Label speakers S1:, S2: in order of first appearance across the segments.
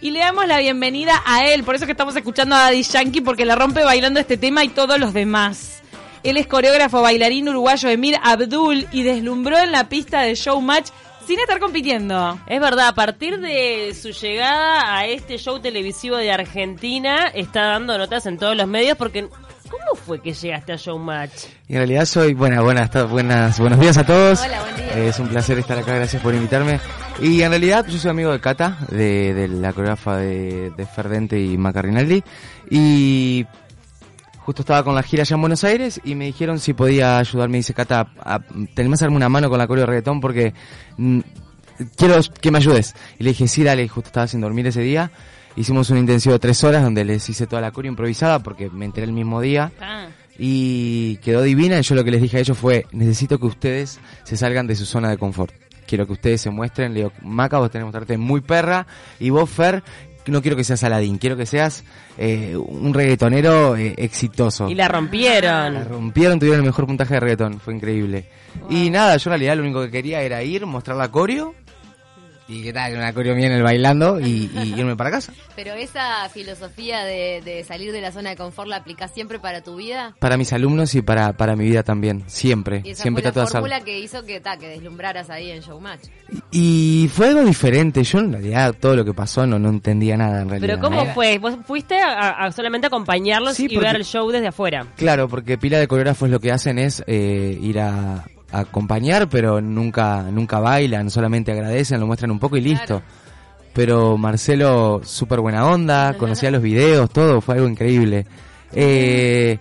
S1: Y le damos la bienvenida a él. Por eso que estamos escuchando a Daddy Yankee, porque la rompe bailando este tema y todos los demás. Él es coreógrafo bailarín uruguayo Emir Abdul y deslumbró en la pista de Showmatch sin estar compitiendo.
S2: Es verdad, a partir de su llegada a este show televisivo de Argentina, está dando notas en todos los medios porque... ¿Cómo fue que llegaste a Showmatch?
S3: Y en realidad soy, bueno, buenas, ta- buenas, buenos días a todos.
S4: Hola, buen día.
S3: Eh, es un placer estar acá, gracias por invitarme. Y en realidad yo soy amigo de Cata, de, de la coreógrafa de, de Ferdente y Macarrinaldi. Y justo estaba con la gira allá en Buenos Aires y me dijeron si podía ayudarme. Dice Cata, a, tenés que darme una mano con la coreo de reggaetón porque mm, quiero que me ayudes. Y le dije, sí, dale, y justo estaba sin dormir ese día. Hicimos un intensivo de tres horas donde les hice toda la coreo improvisada porque me enteré el mismo día. Y quedó divina. y Yo lo que les dije a ellos fue, necesito que ustedes se salgan de su zona de confort. Quiero que ustedes se muestren. Le digo, Maca, vos tenés que mostrarte muy perra. Y vos, Fer, no quiero que seas Aladín. Quiero que seas eh, un reggaetonero eh, exitoso.
S2: Y la
S3: La
S2: rompieron.
S3: rompieron, tuvieron el mejor puntaje de reggaetón. Fue increíble. Y nada, yo en realidad lo único que quería era ir, mostrar la coreo. Y que tal, una coreo mía en el bailando y, y irme para casa.
S4: Pero esa filosofía de, de salir de la zona de confort la aplicás siempre para tu vida.
S3: Para mis alumnos y para, para mi vida también. Siempre.
S4: Y esa
S3: siempre
S4: fue
S3: trato de
S4: la
S3: hacerlo.
S4: fórmula que hizo que, ta, que deslumbraras ahí en Showmatch.
S3: Y fue algo diferente. Yo en realidad todo lo que pasó no, no entendía nada en realidad. ¿eh?
S2: Pero ¿cómo
S3: ¿no?
S2: fue? ¿Vos fuiste a, a solamente acompañarlos
S3: Sí,
S2: y
S3: porque-
S2: ver el show desde afuera?
S3: Claro, porque pila de coreógrafos lo que hacen es eh, ir a, a acompañar, pero nunca nunca bailan, solamente agradecen, lo muestran un poco y listo. Pero Marcelo, súper buena onda, conocía los videos, todo, fue algo increíble. Eh,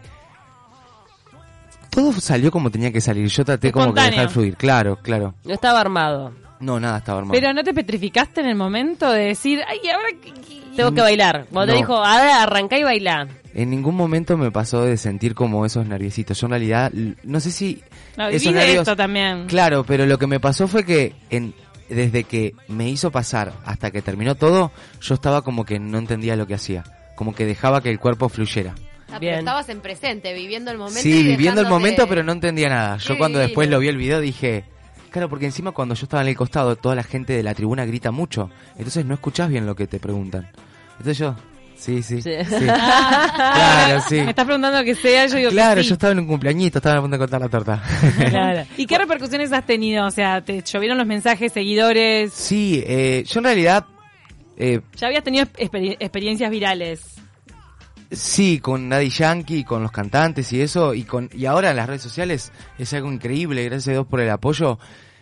S3: todo salió como tenía que salir, yo traté como que
S1: Espontáneo.
S3: dejar fluir, claro, claro.
S2: No estaba armado.
S3: No, nada estaba armado.
S1: Pero no te petrificaste en el momento de decir, ay, ahora qué- qué-
S2: Tengo que bailar. Vos te
S3: Mm. No.
S2: dijo, ahora arrancá y bailá.
S3: En ningún momento me pasó de sentir como esos nerviositos. Yo en realidad, l- no sé si...
S1: No,
S3: esos
S1: vivís de
S3: nervios-
S1: esto también.
S3: Claro, pero lo que me pasó fue que en, desde que me hizo pasar hasta que terminó todo, yo estaba como que no entendía lo que hacía. Como que dejaba que el cuerpo fluyera.
S4: Ah,
S2: Bien.
S4: pero estabas en presente, viviendo el momento.
S3: Sí,
S4: y
S3: viviendo el
S4: dejándote-
S3: momento, pero no entendía nada. Yo
S4: Qué
S3: cuando después
S4: divino.
S3: lo vi el video dije... Claro, porque encima cuando yo estaba en el costado, toda la gente de la tribuna grita mucho. Entonces no escuchás bien lo que te preguntan. Entonces yo... Sí, sí.
S2: Sí.
S3: sí. claro, sí.
S1: Me estás preguntando que sea, yo digo que
S3: Claro,
S1: sí.
S3: yo estaba en un cumpleañito, estaba a punto de cortar la torta.
S1: ¿Y qué repercusiones has tenido? O sea, te llovieron los mensajes, seguidores.
S3: sí, eh, yo en realidad, eh,
S1: Ya habías tenido exper- experiencias virales.
S3: sí, con Daddy Yankee, con los cantantes y eso, y, con, y ahora en las redes sociales es algo increíble, gracias a Dios por el apoyo.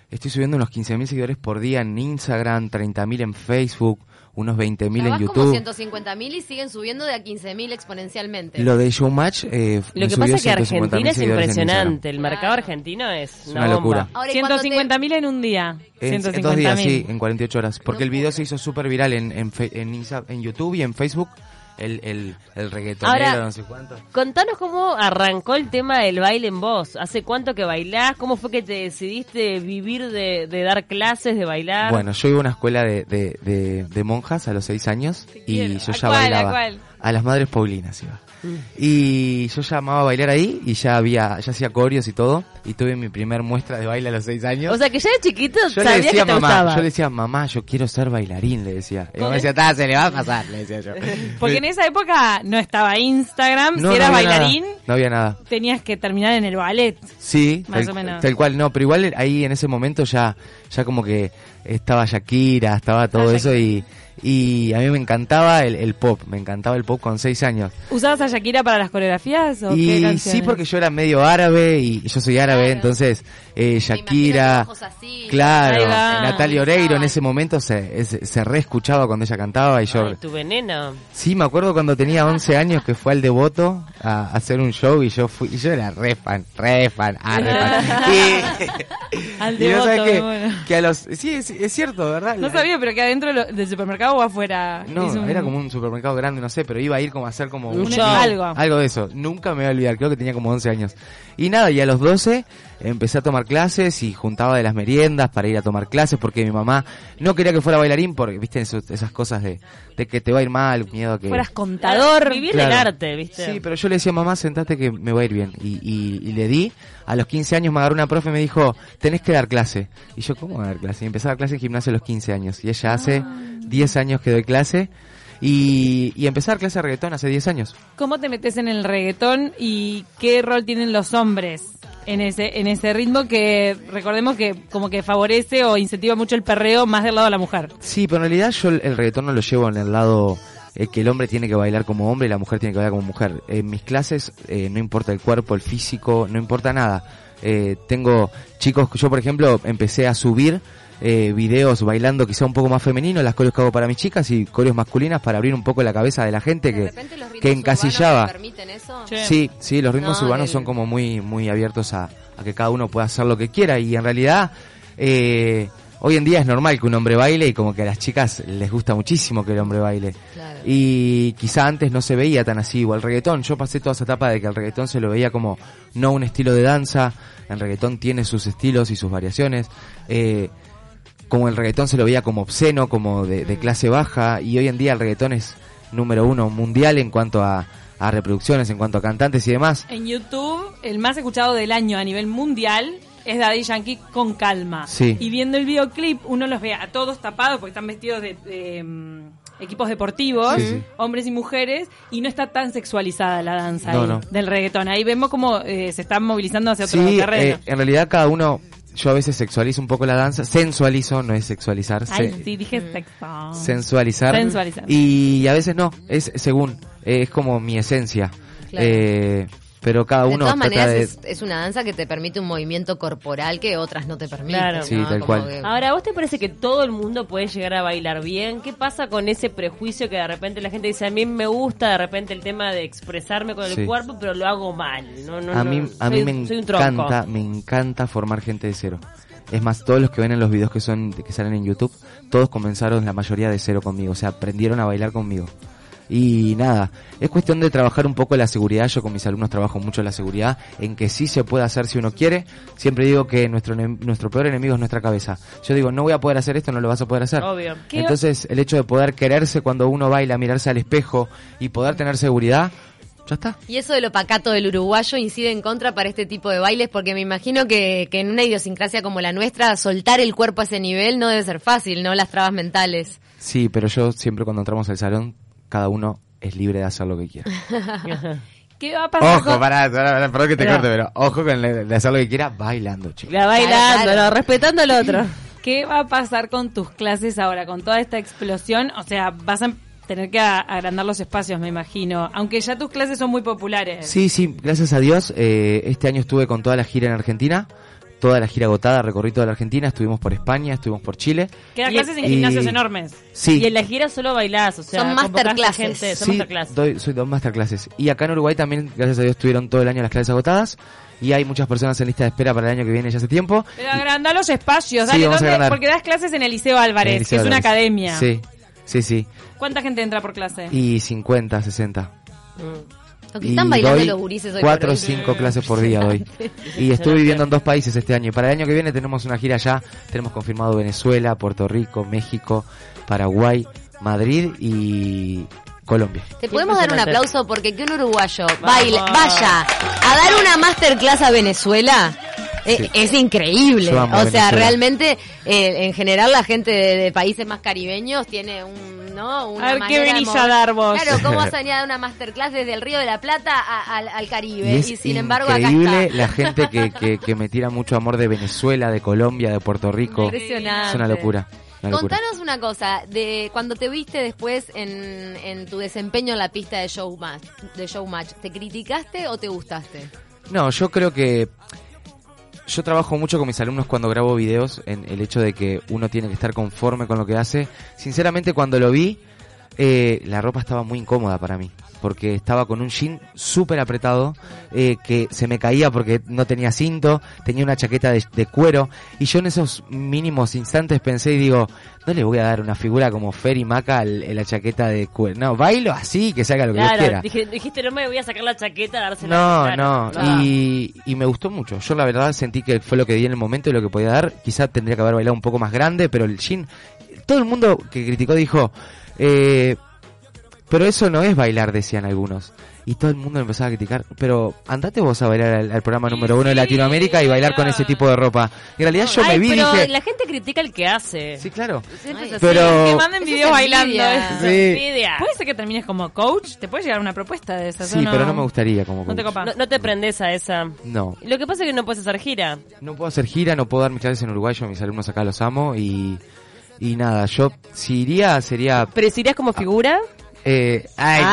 S3: Estoy subiendo unos 15.000 seguidores por día en Instagram, 30.000 en Facebook, unos 20.000 en
S4: Estabas como
S3: YouTube.
S4: 150 mil y siguen subiendo de a 15 mil exponencialmente.
S3: Lo de Showmatch, eh,
S2: Lo
S3: me
S2: que
S3: subió
S2: pasa es que
S3: 150.000
S2: Argentina es
S3: seguidores en
S2: impresionante.
S3: Instagram.
S2: El mercado argentino es
S3: Es
S2: una,
S3: una
S2: bomba.
S3: locura.
S4: Ahora, ¿y cuando te-
S1: 150 mil en un día.
S3: En,
S1: 150.000.
S3: en dos días, sí, en 48 horas. Porque el video se hizo súper viral en, en, fe- en, Insta- en YouTube y en Facebook. El, el, el reggaetonero,
S2: Ahora-
S3: no sé cuánto.
S2: Contanos cómo arrancó el tema del baile en vos. ¿Hace cuánto que bailás? ¿Cómo fue que te decidiste vivir de, de dar clases, de bailar?
S3: Bueno, yo iba a una escuela de, de, de, de monjas a los 6 años
S1: Te quiero.
S3: y yo
S1: ¿A
S3: ya
S1: cuál, a
S3: bailaba.
S1: cuál?
S3: A las madres Paulinas iba. Y yo ya amaba bailar ahí y ya había, ya hacía corios y todo. Y tuve mi primer muestra de baile a los 6 años.
S2: o sea que ya de chiquito
S3: yo le
S2: sabías
S3: decía
S2: que te
S3: mamá,
S2: gustaba.
S3: yo le decía, mamá, yo quiero ser bailarín, le decía. Y mamá decía, "Ta, se le va a pasar, le decía yo.
S1: Porque en esa época no estaba Instagram. si eras
S3: había nada,
S1: bailarín,
S3: no había nada.
S1: tenías que terminar en el ballet.
S3: Sí,
S1: Más
S3: tal,
S1: o menos.
S3: tal cual, no, pero igual ahí en ese momento ya, ya como que estaba Shakira, estaba todo eso y, y a mí me encantaba el, el pop, me encantaba el pop con seis años.
S1: ¿Usabas a Shakira para las coreografías o qué
S3: Y
S1: canciones?
S3: sí, porque yo era medio árabe y yo soy árabe, entonces eh,
S4: imagino
S3: Shakira,
S4: ojos así.
S3: claro,
S1: Ahí va.
S3: Natalia Oreiro en ese momento se, se, se reescuchaba cuando ella cantaba y yo...
S2: Ay, tu veneno.
S3: Sí, me acuerdo cuando tenía 11 años que fue al Devoto a a hacer un show y yo fui, y yo era re fan, re fan, ah, re fan. Y,
S1: Al
S3: y vos
S1: Devoto,
S3: sabés que,
S1: me muero.
S3: que a los, sí, es, es cierto, ¿verdad?
S1: No
S3: La-
S1: sabía, pero que adentro lo- del supermercado o afuera.
S3: no,
S1: Hizo un-
S3: era como un supermercado grande, no sé, pero iba a ir como a hacer como
S2: Un
S3: un-
S2: show.
S1: Algo.
S3: Algo de eso. Nunca me voy a olvidar, creo que tenía como 11 años. Y nada, y a los 12 empecé a tomar clases y juntaba de las meriendas para ir a tomar clases porque mi mamá no quería que fuera bailarín porque, viste, eso- esas cosas de, de que te va a ir mal, miedo a que...
S1: Fueras contador.
S2: Vivir
S3: Claro.
S2: del arte, ¿viste?
S3: Sí, pero yo le decía, mamá, sentate que me va a ir bien. Y, y- y le di, a los 15 años me agarró una profe y me dijo, tenés que dar clase. Y yo, ¿cómo voy a dar clase? Y empecé a dar clase en gimnasia a los 15 años y ella hace
S2: Ah.
S3: 10 años que doy clase y, y empezar clase de reggaetón hace 10 años.
S1: ¿Cómo te metes en el reggaetón y qué rol tienen los hombres en ese, en ese ritmo que recordemos que como que favorece o incentiva mucho el perreo más del lado de la mujer?
S3: Sí, pero en realidad yo el- el reggaetón no lo llevo en el lado eh, que el hombre tiene que bailar como hombre y la mujer tiene que bailar como mujer. En mis clases eh, no importa el cuerpo, el físico, no importa nada. Eh, tengo chicos, yo por ejemplo empecé a subir eh, videos bailando quizá un poco más femenino, las coreos que hago para mis chicas y coreos masculinas para abrir un poco la cabeza de la gente
S4: de
S3: que,
S4: repente los ritmos
S3: que
S4: urbanos te
S3: encasillaba.
S4: permiten eso?
S1: Sí.
S3: Sí, sí, los ritmos
S4: No, eh,
S3: urbanos
S4: el-
S3: son como muy, muy abiertos a, a que cada uno pueda hacer lo que quiera y en realidad eh, hoy en día es normal que un hombre baile y como que a las chicas les gusta muchísimo que el hombre baile.
S4: Claro.
S3: Y quizá antes no se veía tan así, o el reggaetón, yo pasé toda esa etapa de que el reggaetón se lo veía como no un estilo de danza, el reggaetón tiene sus estilos y sus variaciones. Eh, como el reggaetón se lo veía como obsceno, como de, de clase baja, y hoy en día el reggaetón es número uno mundial en cuanto a, a reproducciones, en cuanto a cantantes y demás.
S1: En YouTube, el más escuchado del año a nivel mundial es Daddy Yankee con calma.
S3: Sí.
S1: Y viendo el videoclip, uno los ve a todos tapados porque están vestidos de, de, mm, equipos deportivos,
S3: Sí, sí.
S1: hombres y mujeres, y no está tan sexualizada la danza
S3: No,
S1: ahí,
S3: no.
S1: del reggaetón. Ahí vemos cómo eh, se están movilizando hacia otro
S3: Sí,
S1: terreno.
S3: eh, en realidad cada uno, yo a veces sexualizo un poco la danza, sensualizo, no es sexualizar,
S1: Ay,
S3: se-
S1: sí, dije sexo.
S3: sensualizar.
S1: Sensualizar.
S3: Y a veces no, es según, eh, es como mi esencia.
S4: Claro.
S3: Eh, pero cada
S4: de
S3: uno
S4: todas
S3: trata
S4: maneras,
S3: de...
S4: es, es una danza que te permite un movimiento corporal que otras no te permiten.
S2: Claro.
S4: ¿no?
S3: Sí, tal
S4: Como
S3: cual.
S4: que-
S2: Ahora, ¿a ¿vos te parece que todo el mundo puede llegar a bailar bien? ¿Qué pasa con ese prejuicio que de repente la gente dice, a mí me gusta de repente el tema de expresarme con el
S3: Sí.
S2: cuerpo, pero lo hago mal? No, no,
S3: a
S2: no,
S3: mí, a
S2: soy-
S3: mí me
S2: soy un tronco.
S3: encanta, me encanta formar gente de cero. Es más, todos los que ven en los videos que son que salen en YouTube, todos comenzaron la mayoría de cero conmigo, o sea, aprendieron a bailar conmigo. Y nada, es cuestión de trabajar un poco la seguridad. Yo con mis alumnos trabajo mucho la seguridad, en que sí se puede hacer si uno quiere. Siempre digo que nuestro enem- nuestro peor enemigo es nuestra cabeza. Yo digo, no voy a poder hacer esto, no lo vas a poder hacer.
S2: Obvio. ¿Qué-
S3: Entonces, el hecho de poder quererse cuando uno baila, mirarse al espejo y poder tener seguridad, ya está.
S4: Y eso de lo pacato del uruguayo incide en contra para este tipo de bailes, porque me imagino que, que en una idiosincrasia como la nuestra, soltar el cuerpo a ese nivel no debe ser fácil, ¿no? Las trabas mentales.
S3: Sí, pero yo siempre cuando entramos al salón, cada uno es libre de hacer lo que quiera.
S1: ¿Qué va a pasar?
S3: ojo,
S1: con-
S3: pará, pará, pará, perdón que te
S1: Pará.
S3: corte, pero ojo con el de hacer lo que quiera bailando, chicos.
S2: La bailando,
S4: Claro, claro.
S2: no, respetando al otro.
S1: ¿Qué va a pasar con tus clases ahora, con toda esta explosión? O sea, vas a tener que a- agrandar los espacios, me imagino. Aunque ya tus clases son muy populares.
S3: Sí, sí, gracias a Dios. eh, este año estuve con toda la gira en Argentina, toda la gira agotada, recorrí toda la Argentina, estuvimos por España, estuvimos por Chile.
S1: Que das
S2: Y-
S1: clases en
S3: y-
S1: gimnasios enormes.
S3: Sí,
S2: Y en la gira solo bailás, o sea,
S4: Son
S2: convocás a
S4: masterclasses.
S2: Gente, son
S3: sí,
S2: masterclasses.
S3: doy, soy dos masterclasses. Y acá en Uruguay también, gracias a Dios, estuvieron todo el año las clases agotadas. Y hay muchas personas en lista de espera para el año que viene ya hace tiempo.
S1: Pero agrandá los espacios,
S3: Sí,
S1: dale,
S3: vamos a
S1: ¿dónde?
S3: agrandar.
S1: porque das clases en el Liceo Álvarez,
S3: En el Liceo
S1: que es una
S3: Álvarez.
S1: academia.
S3: Eh, Sí, sí, sí.
S1: ¿Cuánta gente entra por clase?
S3: Y 50, 60.
S4: Lo que están bailando los gurises hoy
S3: cuatro
S4: por
S3: o
S4: hoy.
S3: cinco clases por día hoy. Y estoy viviendo en dos países este año. Y para el año que viene tenemos una gira ya. Tenemos confirmado Venezuela, Puerto Rico, México, Paraguay, Madrid y Colombia.
S4: Te podemos dar un
S2: impresionante.
S4: aplauso porque que un uruguayo baile, vaya a dar una masterclass a Venezuela. e-
S3: Sí.
S4: Es increíble.
S3: Yo amo
S4: O sea,
S3: Venezuela.
S4: realmente, eh, en general, la gente de, de países más caribeños tiene un. ¿no? Una
S1: A ver, ¿qué
S4: manera de
S1: venís
S4: mover-
S1: a dar vos?
S4: Claro, ¿cómo vas a venir a dar una masterclass desde el Río de la Plata a- al, al Caribe?
S3: Y
S4: Y,
S3: es
S4: sin embargo, acá
S3: increíble
S4: está.
S3: la gente que, que, que me tira mucho amor de Venezuela, de Colombia, de Puerto Rico.
S4: Impresionante.
S3: Es una locura. una locura.
S4: Contanos una cosa, de cuando te viste después en, en tu desempeño en la pista de showmatch, de showmatch, ¿te criticaste o te gustaste?
S3: No, yo creo que yo trabajo mucho con mis alumnos cuando grabo videos en el hecho de que uno tiene que estar conforme con lo que hace. Sinceramente, cuando lo vi, eh, la ropa estaba muy incómoda para mí, porque estaba con un jean súper apretado, eh, que se me caía porque no tenía cinto, tenía una chaqueta de, de cuero, y yo en esos mínimos instantes pensé y digo, no le voy a dar una figura como Fer y Maca al- en la chaqueta de cuero. No, bailo así, que salga lo que yo
S2: Claro,
S3: quiera.
S2: dije- dijiste, no me voy a sacar la chaqueta, dársela.
S3: No,
S2: Claro.
S3: no,
S2: Ah.
S3: Y, y me gustó mucho. Yo la verdad sentí que fue lo que di en el momento y lo que podía dar. Quizá tendría que haber bailado un poco más grande, pero el jean... Todo el mundo que criticó dijo... Eh, Pero eso no es bailar, decían algunos. Y todo el mundo empezaba a criticar. Pero andate vos a bailar al, al programa número uno
S2: sí,
S3: de Latinoamérica y bailar con
S2: claro.
S3: ese tipo de ropa. En realidad yo
S2: Ay,
S3: me vi y
S2: pero
S3: dije...
S2: la gente critica el que hace.
S3: Sí, claro.
S4: Siempre es así.
S3: Pero-
S1: Que manden
S4: Eso es
S1: videos bailando.
S4: envidia.
S1: es-
S3: Sí.
S2: Envidia.
S4: Pues,
S1: Puede ser que termines como coach. Te puede llegar una propuesta de esas.
S3: Sí,
S1: ¿o no?
S3: pero no me gustaría como...
S1: No te
S3: coach.
S1: copa.
S2: No, no te prendes a esa.
S3: No.
S2: Lo que pasa es que no puedes hacer gira.
S3: No puedo hacer gira, no puedo dar mis clases en Uruguay, yo a mis alumnos acá los amo y... Y nada, yo si iría sería...
S2: ¿Pero si
S3: Ah.
S2: irías como figura?
S3: Eh, ay,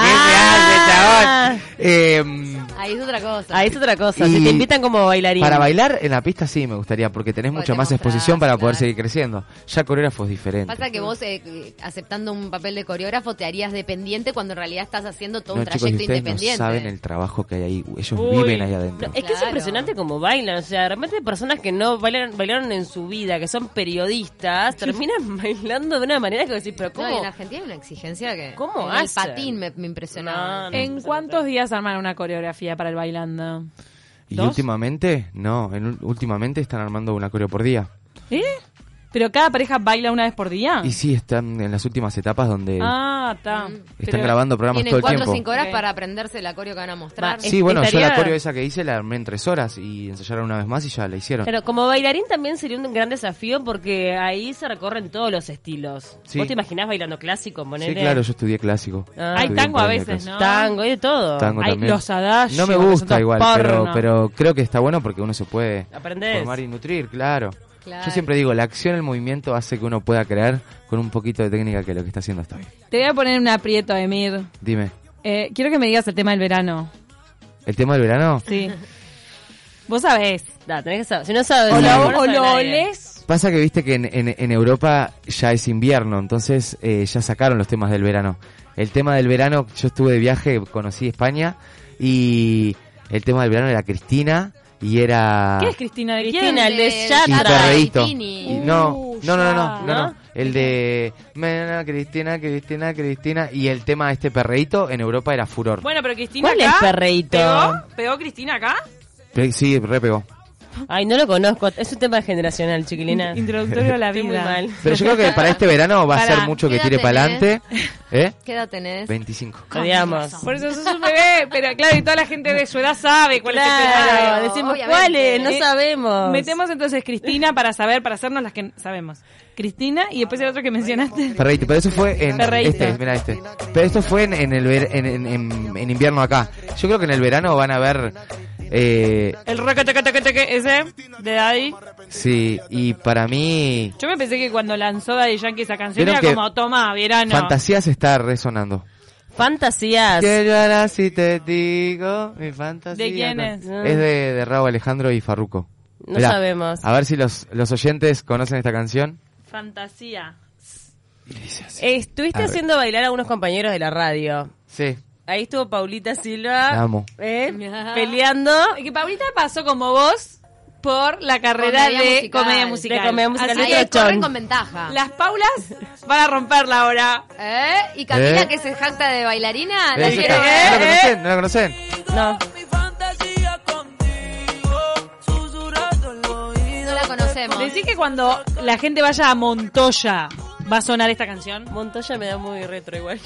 S2: Ah.
S3: ¿qué se hace, chabón? Em,
S4: Ahí es otra cosa.
S2: Ahí es otra cosa.
S3: Y-
S2: Si te invitan como bailarín.
S3: Para bailar en la pista sí me gustaría, porque tenés
S4: Porque
S3: mucha
S4: te
S3: más
S4: mostrás,
S3: exposición para poder
S4: claro.
S3: seguir creciendo. Ya coreógrafo es diferente.
S4: Pasa que vos, eh, aceptando un papel de coreógrafo, te harías dependiente cuando en realidad estás haciendo todo
S3: no,
S4: un
S3: chicos, y
S4: trayecto
S3: ustedes no
S4: independiente.
S3: saben el trabajo que hay ahí. Ellos
S2: Uy.
S3: viven ahí adentro.
S2: No, es que es
S4: Claro.
S2: impresionante cómo bailan. O sea, realmente personas que no bailaron, bailaron en su vida, que son periodistas, terminan bailando de una manera que decís, pero
S4: No,
S2: ¿cómo?
S4: y en Argentina hay una exigencia que.
S2: ¿Cómo
S4: en el
S2: hacen?
S4: patín me, me impresionaba.
S2: No, no,
S1: ¿En
S2: no.
S1: cuántos días arman una coreografía para el bailando?
S3: y
S1: ¿Dos?
S3: últimamente, no, en, últimamente están armando una coreo por día.
S1: ¿Eh? ¿Pero cada pareja baila una vez por día?
S4: Ah.
S3: Y sí, están en las últimas etapas donde
S1: Ah, está.
S3: están grabando programas todo
S4: Tienen
S3: el
S4: cuatro o
S3: tiempo.
S4: cinco horas
S1: Ok.
S4: para aprenderse la coreo que van a mostrar.
S2: Va,
S3: Sí,
S2: Es-
S3: bueno, yo la
S2: estaría-
S3: coreo esa que hice la armé en tres horas y ensayaron una vez más y ya la hicieron.
S2: Pero como bailarín también sería un gran desafío porque ahí se recorren todos los estilos.
S3: Sí.
S2: ¿Vos te imaginás bailando clásico,
S3: sí,
S2: monete?
S3: claro, yo estudié clásico.
S2: Ah.
S1: Hay
S3: Estudié un
S1: tango a
S3: par de
S1: veces,
S3: clases.
S1: ¿no?
S2: Tango, hay de todo.
S3: Tango
S1: Hay
S3: también.
S1: los adagios,
S3: no me
S1: los
S3: gusta
S1: acentos
S3: igual, pero,
S1: porno.
S3: pero creo que está bueno porque uno se puede
S2: Aprendés.
S3: formar y nutrir, claro.
S4: Claro.
S3: Yo siempre digo, la acción, el movimiento hace que uno pueda crear con un poquito de técnica que lo que está haciendo está bien.
S1: Te voy a poner un aprieto, Emir.
S3: Dime,
S1: Eh, quiero que me digas el tema del verano.
S3: ¿el tema del verano?
S1: Sí. Vos sabés.
S2: Da, tenés que saber. Si no sabes,
S1: O
S2: no,
S1: lo,
S2: no
S1: o
S2: sabe
S1: lo
S2: nadie.
S1: olés.
S3: Pasa que viste que en, en- en Europa ya es invierno, entonces eh, ya sacaron los temas del verano. El tema del verano, yo estuve de viaje, conocí España y el tema del verano era Cristina y era...
S1: ¿Qué es Ah. Cristina de quién?
S2: Cristina, el de
S3: y
S2: Yatra.
S3: Perreíto.
S4: Tini.
S3: Y no,
S1: Uh,
S3: no, no, no, no,
S1: ya.
S3: no, no. El de Mena, Cristina, Cristina, Cristina. Y el tema de este perreíto en Europa era furor.
S1: Bueno, pero Cristina
S2: ¿Cuál
S1: acá.
S2: es perreíto?
S1: ¿Pegó? ¿Pegó Cristina acá?
S3: Pe- Sí, repegó.
S2: Ay, no lo conozco. Es un tema generacional, chiquilina.
S1: Introductorio a la
S2: Estoy
S1: vida.
S2: muy mal.
S3: Pero yo creo que para este verano va a
S1: Pará,
S3: ser mucho que
S4: ¿qué edad
S3: tire para adelante. ¿Eh?
S4: ¿Qué edad tenés?
S3: 25.
S2: Odiamos.
S1: Por eso sos un bebé, pero claro, y toda la gente de su edad sabe cuál es tu edad.
S2: Claro, decimos
S4: obviamente.
S2: cuáles, no
S1: Eh,
S2: sabemos.
S1: Metemos entonces Cristina para saber, para hacernos las que sabemos. Cristina y después el otro que mencionaste.
S3: Perreíto, pero eso fue en
S1: Perreíto.
S3: este, mira este. Pero esto fue en, en el ver- en, en- en- en invierno acá. Yo creo que en el verano van a ver eh,
S1: El rocatecatecateque ese de Daddy.
S3: sí, y para mí
S1: Yo me pensé que cuando lanzó Daddy Yankee esa canción
S3: Vieron
S1: era
S3: que
S1: como, toma, verano.
S3: Fantasías está resonando.
S2: Fantasías.
S3: ¿Qué yo hará si te digo mi fantasía?
S1: ¿De quién es?
S3: Es de, de Raúl Alejandro y Farruco.
S2: No sabemos.
S3: A ver si los, los oyentes conocen esta canción.
S1: Fantasía.
S2: Estuviste
S3: Arre.
S2: haciendo bailar a unos compañeros de la radio.
S3: Sí.
S2: Ahí estuvo Paulita Silva.
S3: La amo.
S2: ¿eh?
S4: Mirá.
S2: Peleando.
S1: Es que Paulita pasó como vos por la carrera
S4: Comedia
S1: de
S4: musical.
S1: comedia musical.
S2: De comedia musical.
S1: Así
S4: Ahí
S1: que
S2: Letra
S4: corren
S2: chon.
S4: con ventaja.
S1: las Paulas van a romperla ahora.
S4: ¿Eh? Y Camila
S3: ¿Eh?
S4: que se jacta de bailarina, Ah, la
S3: Eh,
S4: quiero
S3: ¿No
S4: ver.
S3: la conocen? ¿No la conocen?
S2: No.
S4: No la conocemos.
S1: Decí que cuando la gente vaya a Montoya, ¿va a sonar esta canción?
S2: Montoya me da muy retro igual.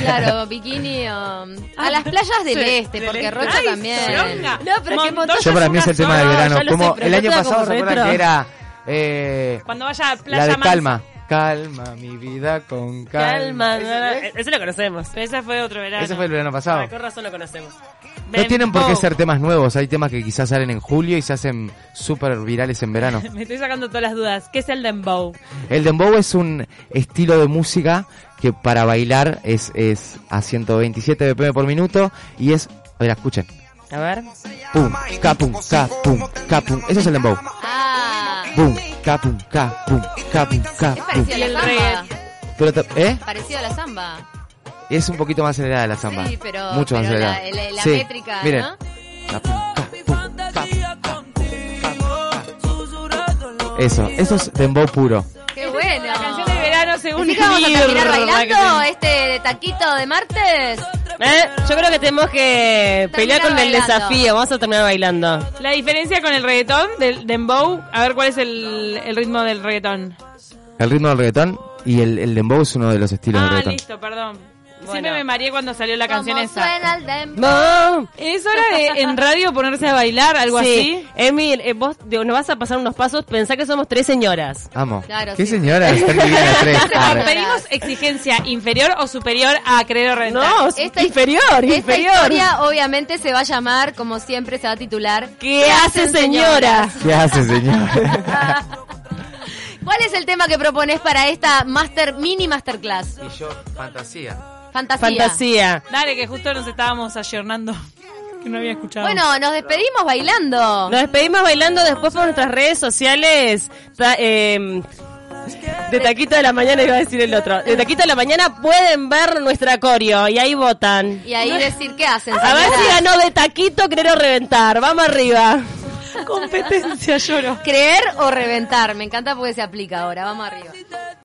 S4: Claro, bikini o... A las playas del este, porque Rocha
S1: Ay,
S4: también.
S1: Soronga.
S4: No, pero que
S1: Montoya
S3: Yo para mí es
S1: una
S3: el tema del
S1: zona.
S3: verano.
S2: ya lo
S3: Como
S2: sé, pero
S3: el
S2: no
S3: año
S2: te da
S3: pasado,
S2: como
S3: ¿se acuerdan
S2: retro.
S3: que era eh,
S1: Cuando vaya a Playa
S3: la de
S1: Mansa.
S3: Calma? Calma, mi vida con calma.
S2: Calma. Ese, Eh, lo conocemos.
S1: Pero ese fue otro verano.
S3: Ese fue el verano
S2: Ah,
S3: pasado.
S2: con razón lo conocemos.
S3: No
S1: Ven,
S3: tienen por qué
S1: Pau.
S3: ser temas nuevos. Hay temas que quizás salen en julio y se hacen súper virales en verano.
S1: Me estoy sacando todas las dudas. ¿Qué es el dembow?
S3: El dembow es un estilo de música que para bailar es, es a 127 BPM por minuto y es... A ver, escuchen.
S2: A ver.
S3: Pum, capum, capum, capum. Eso es el dembow.
S4: Ah,
S3: Boom, capum, capum, capum,
S4: es
S3: capum.
S4: parecido
S1: Y
S4: a
S1: el
S4: la samba.
S3: Pero, ta- ¿eh?
S4: Parecido a la samba.
S3: Es un poquito más acelerada la samba.
S4: Sí, pero-
S3: Mucho más
S4: pero la-
S3: acelerada.
S4: la- la
S3: Sí,
S4: métrica,
S3: miren.
S4: ¿no?
S3: Capum, capum, capum, capum. Eso, eso es dembow puro.
S4: Qué bueno.
S1: La canción del
S2: Ah,
S1: verano según
S4: ¿Así que vamos a terminar
S1: Irra,
S4: bailando
S1: que
S4: este de taquito de martes?
S2: Eh, Yo creo que tenemos que pelear
S4: Terminar
S2: con el
S4: bailando.
S2: desafío. Vamos a terminar bailando.
S1: te- La diferencia con el reggaetón del dembow, a ver cuál es el, el ritmo del reggaetón.
S3: El ritmo del reggaetón y el, el dembow es uno de los estilos del
S1: Ah,
S3: reggaetón.
S1: listo, perdón. Siempre me mareé cuando salió la canción
S5: Como
S1: esa.
S5: suena el dembow.
S2: ¡No!
S1: ¿Es hora de en radio ponerse a bailar, algo
S2: Sí.
S1: así?
S2: Emil, eh, vos de- nos vas a pasar unos pasos. Pensá que somos tres señoras.
S3: Amo.
S4: Claro,
S3: ¿Qué
S4: sí.
S3: señora? Están divinas tres.
S1: Ah,
S3: Arre.
S1: ¿Pedimos exigencia inferior o superior a querer rentar?
S2: No,
S4: Esta-
S2: inferior,
S4: Esta
S2: inferior.
S4: historia obviamente se va a llamar, como siempre, se va a titular
S2: ¿Qué hace, señora?
S3: ¿Qué hace, señora?
S4: ¿Cuál es el tema que propones para esta master mini masterclass?
S3: Y yo, fantasía.
S4: Fantasía.
S2: Fantasía.
S1: Dale, que justo nos estábamos ayornando. Que no había escuchado.
S4: Bueno, nos despedimos bailando.
S2: Nos despedimos bailando después por nuestras redes sociales. Ta- em, de Taquito de la Mañana iba a decir el otro. De Taquito de la Mañana pueden ver nuestra coreo y ahí votan.
S4: Y ahí decir qué hacen.
S2: A ver si
S4: señoras?
S2: ganó de Taquito, creo reventar. Vamos arriba.
S1: competencia lloro.
S4: Creer o reventar. Me encanta porque se aplica ahora. Vamos arriba.